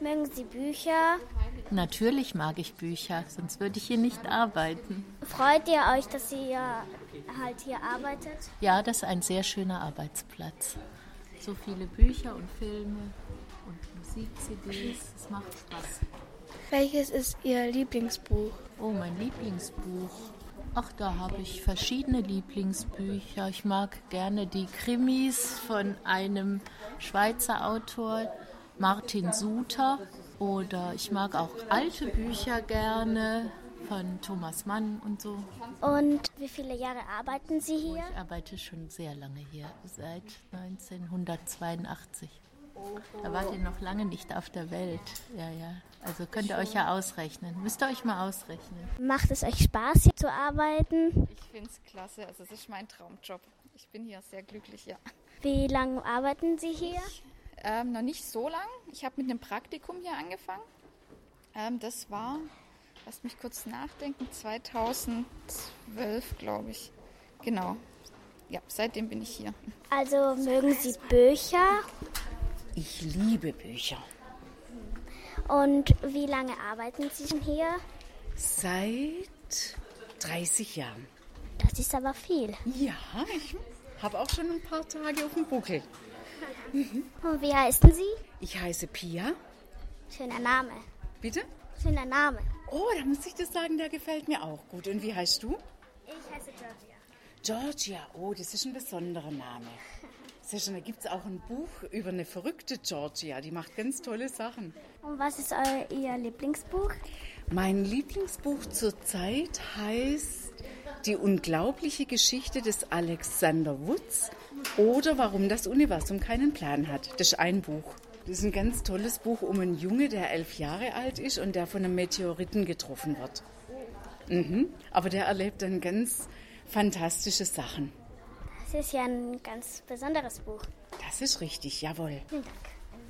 Mögen Sie Bücher? Natürlich mag ich Bücher, sonst würde ich hier nicht arbeiten. Freut ihr euch, dass ihr halt hier arbeitet? Ja, das ist ein sehr schöner Arbeitsplatz. So viele Bücher und Filme und Musik-CDs, es macht Spaß. Welches ist Ihr Lieblingsbuch? Oh, mein Lieblingsbuch. Ach, da habe ich verschiedene Lieblingsbücher. Ich mag gerne die Krimis von einem Schweizer Autor, Martin Suter. Oder ich mag auch alte Bücher gerne von Thomas Mann und so. Und wie viele Jahre arbeiten Sie hier? Ich arbeite schon sehr lange hier, seit 1982. Da wart ihr noch lange nicht auf der Welt. Ja, ja. Also könnt ihr euch ja ausrechnen. Müsst ihr euch mal ausrechnen. Macht es euch Spaß, hier zu arbeiten? Ich finde es klasse. Also es ist mein Traumjob. Ich bin hier sehr glücklich, ja. Wie lange arbeiten Sie hier? Ähm, noch nicht so lang. Ich habe mit einem Praktikum hier angefangen. Ähm, das war, lasst mich kurz nachdenken, 2012, glaube ich. Genau. Ja, seitdem bin ich hier. Also mögen Sie Bücher? Ich liebe Bücher. Und wie lange arbeiten Sie schon hier? Seit 30 Jahren. Das ist aber viel. Ja, ich habe auch schon ein paar Tage auf dem Buckel. Und wie heißen Sie? Ich heiße Pia. Schöner Name. Bitte? Schöner Name. Oh, da muss ich das sagen, der gefällt mir auch gut. Und wie heißt du? Ich heiße Georgia. Georgia. Oh, das ist ein besonderer Name. Sehr schön, da gibt es auch ein Buch über eine verrückte Georgia, die macht ganz tolle Sachen. Und was ist euer, Ihr Lieblingsbuch? Mein Lieblingsbuch zurzeit heißt Die unglaubliche Geschichte des Alexander Woods oder Warum das Universum keinen Plan hat. Das ist ein Buch. Das ist ein ganz tolles Buch um einen Junge, der elf Jahre alt ist und der von einem Meteoriten getroffen wird. Mhm. Aber der erlebt dann ganz fantastische Sachen. Das ist ja ein ganz besonderes Buch. Das ist richtig, jawohl. Vielen Dank.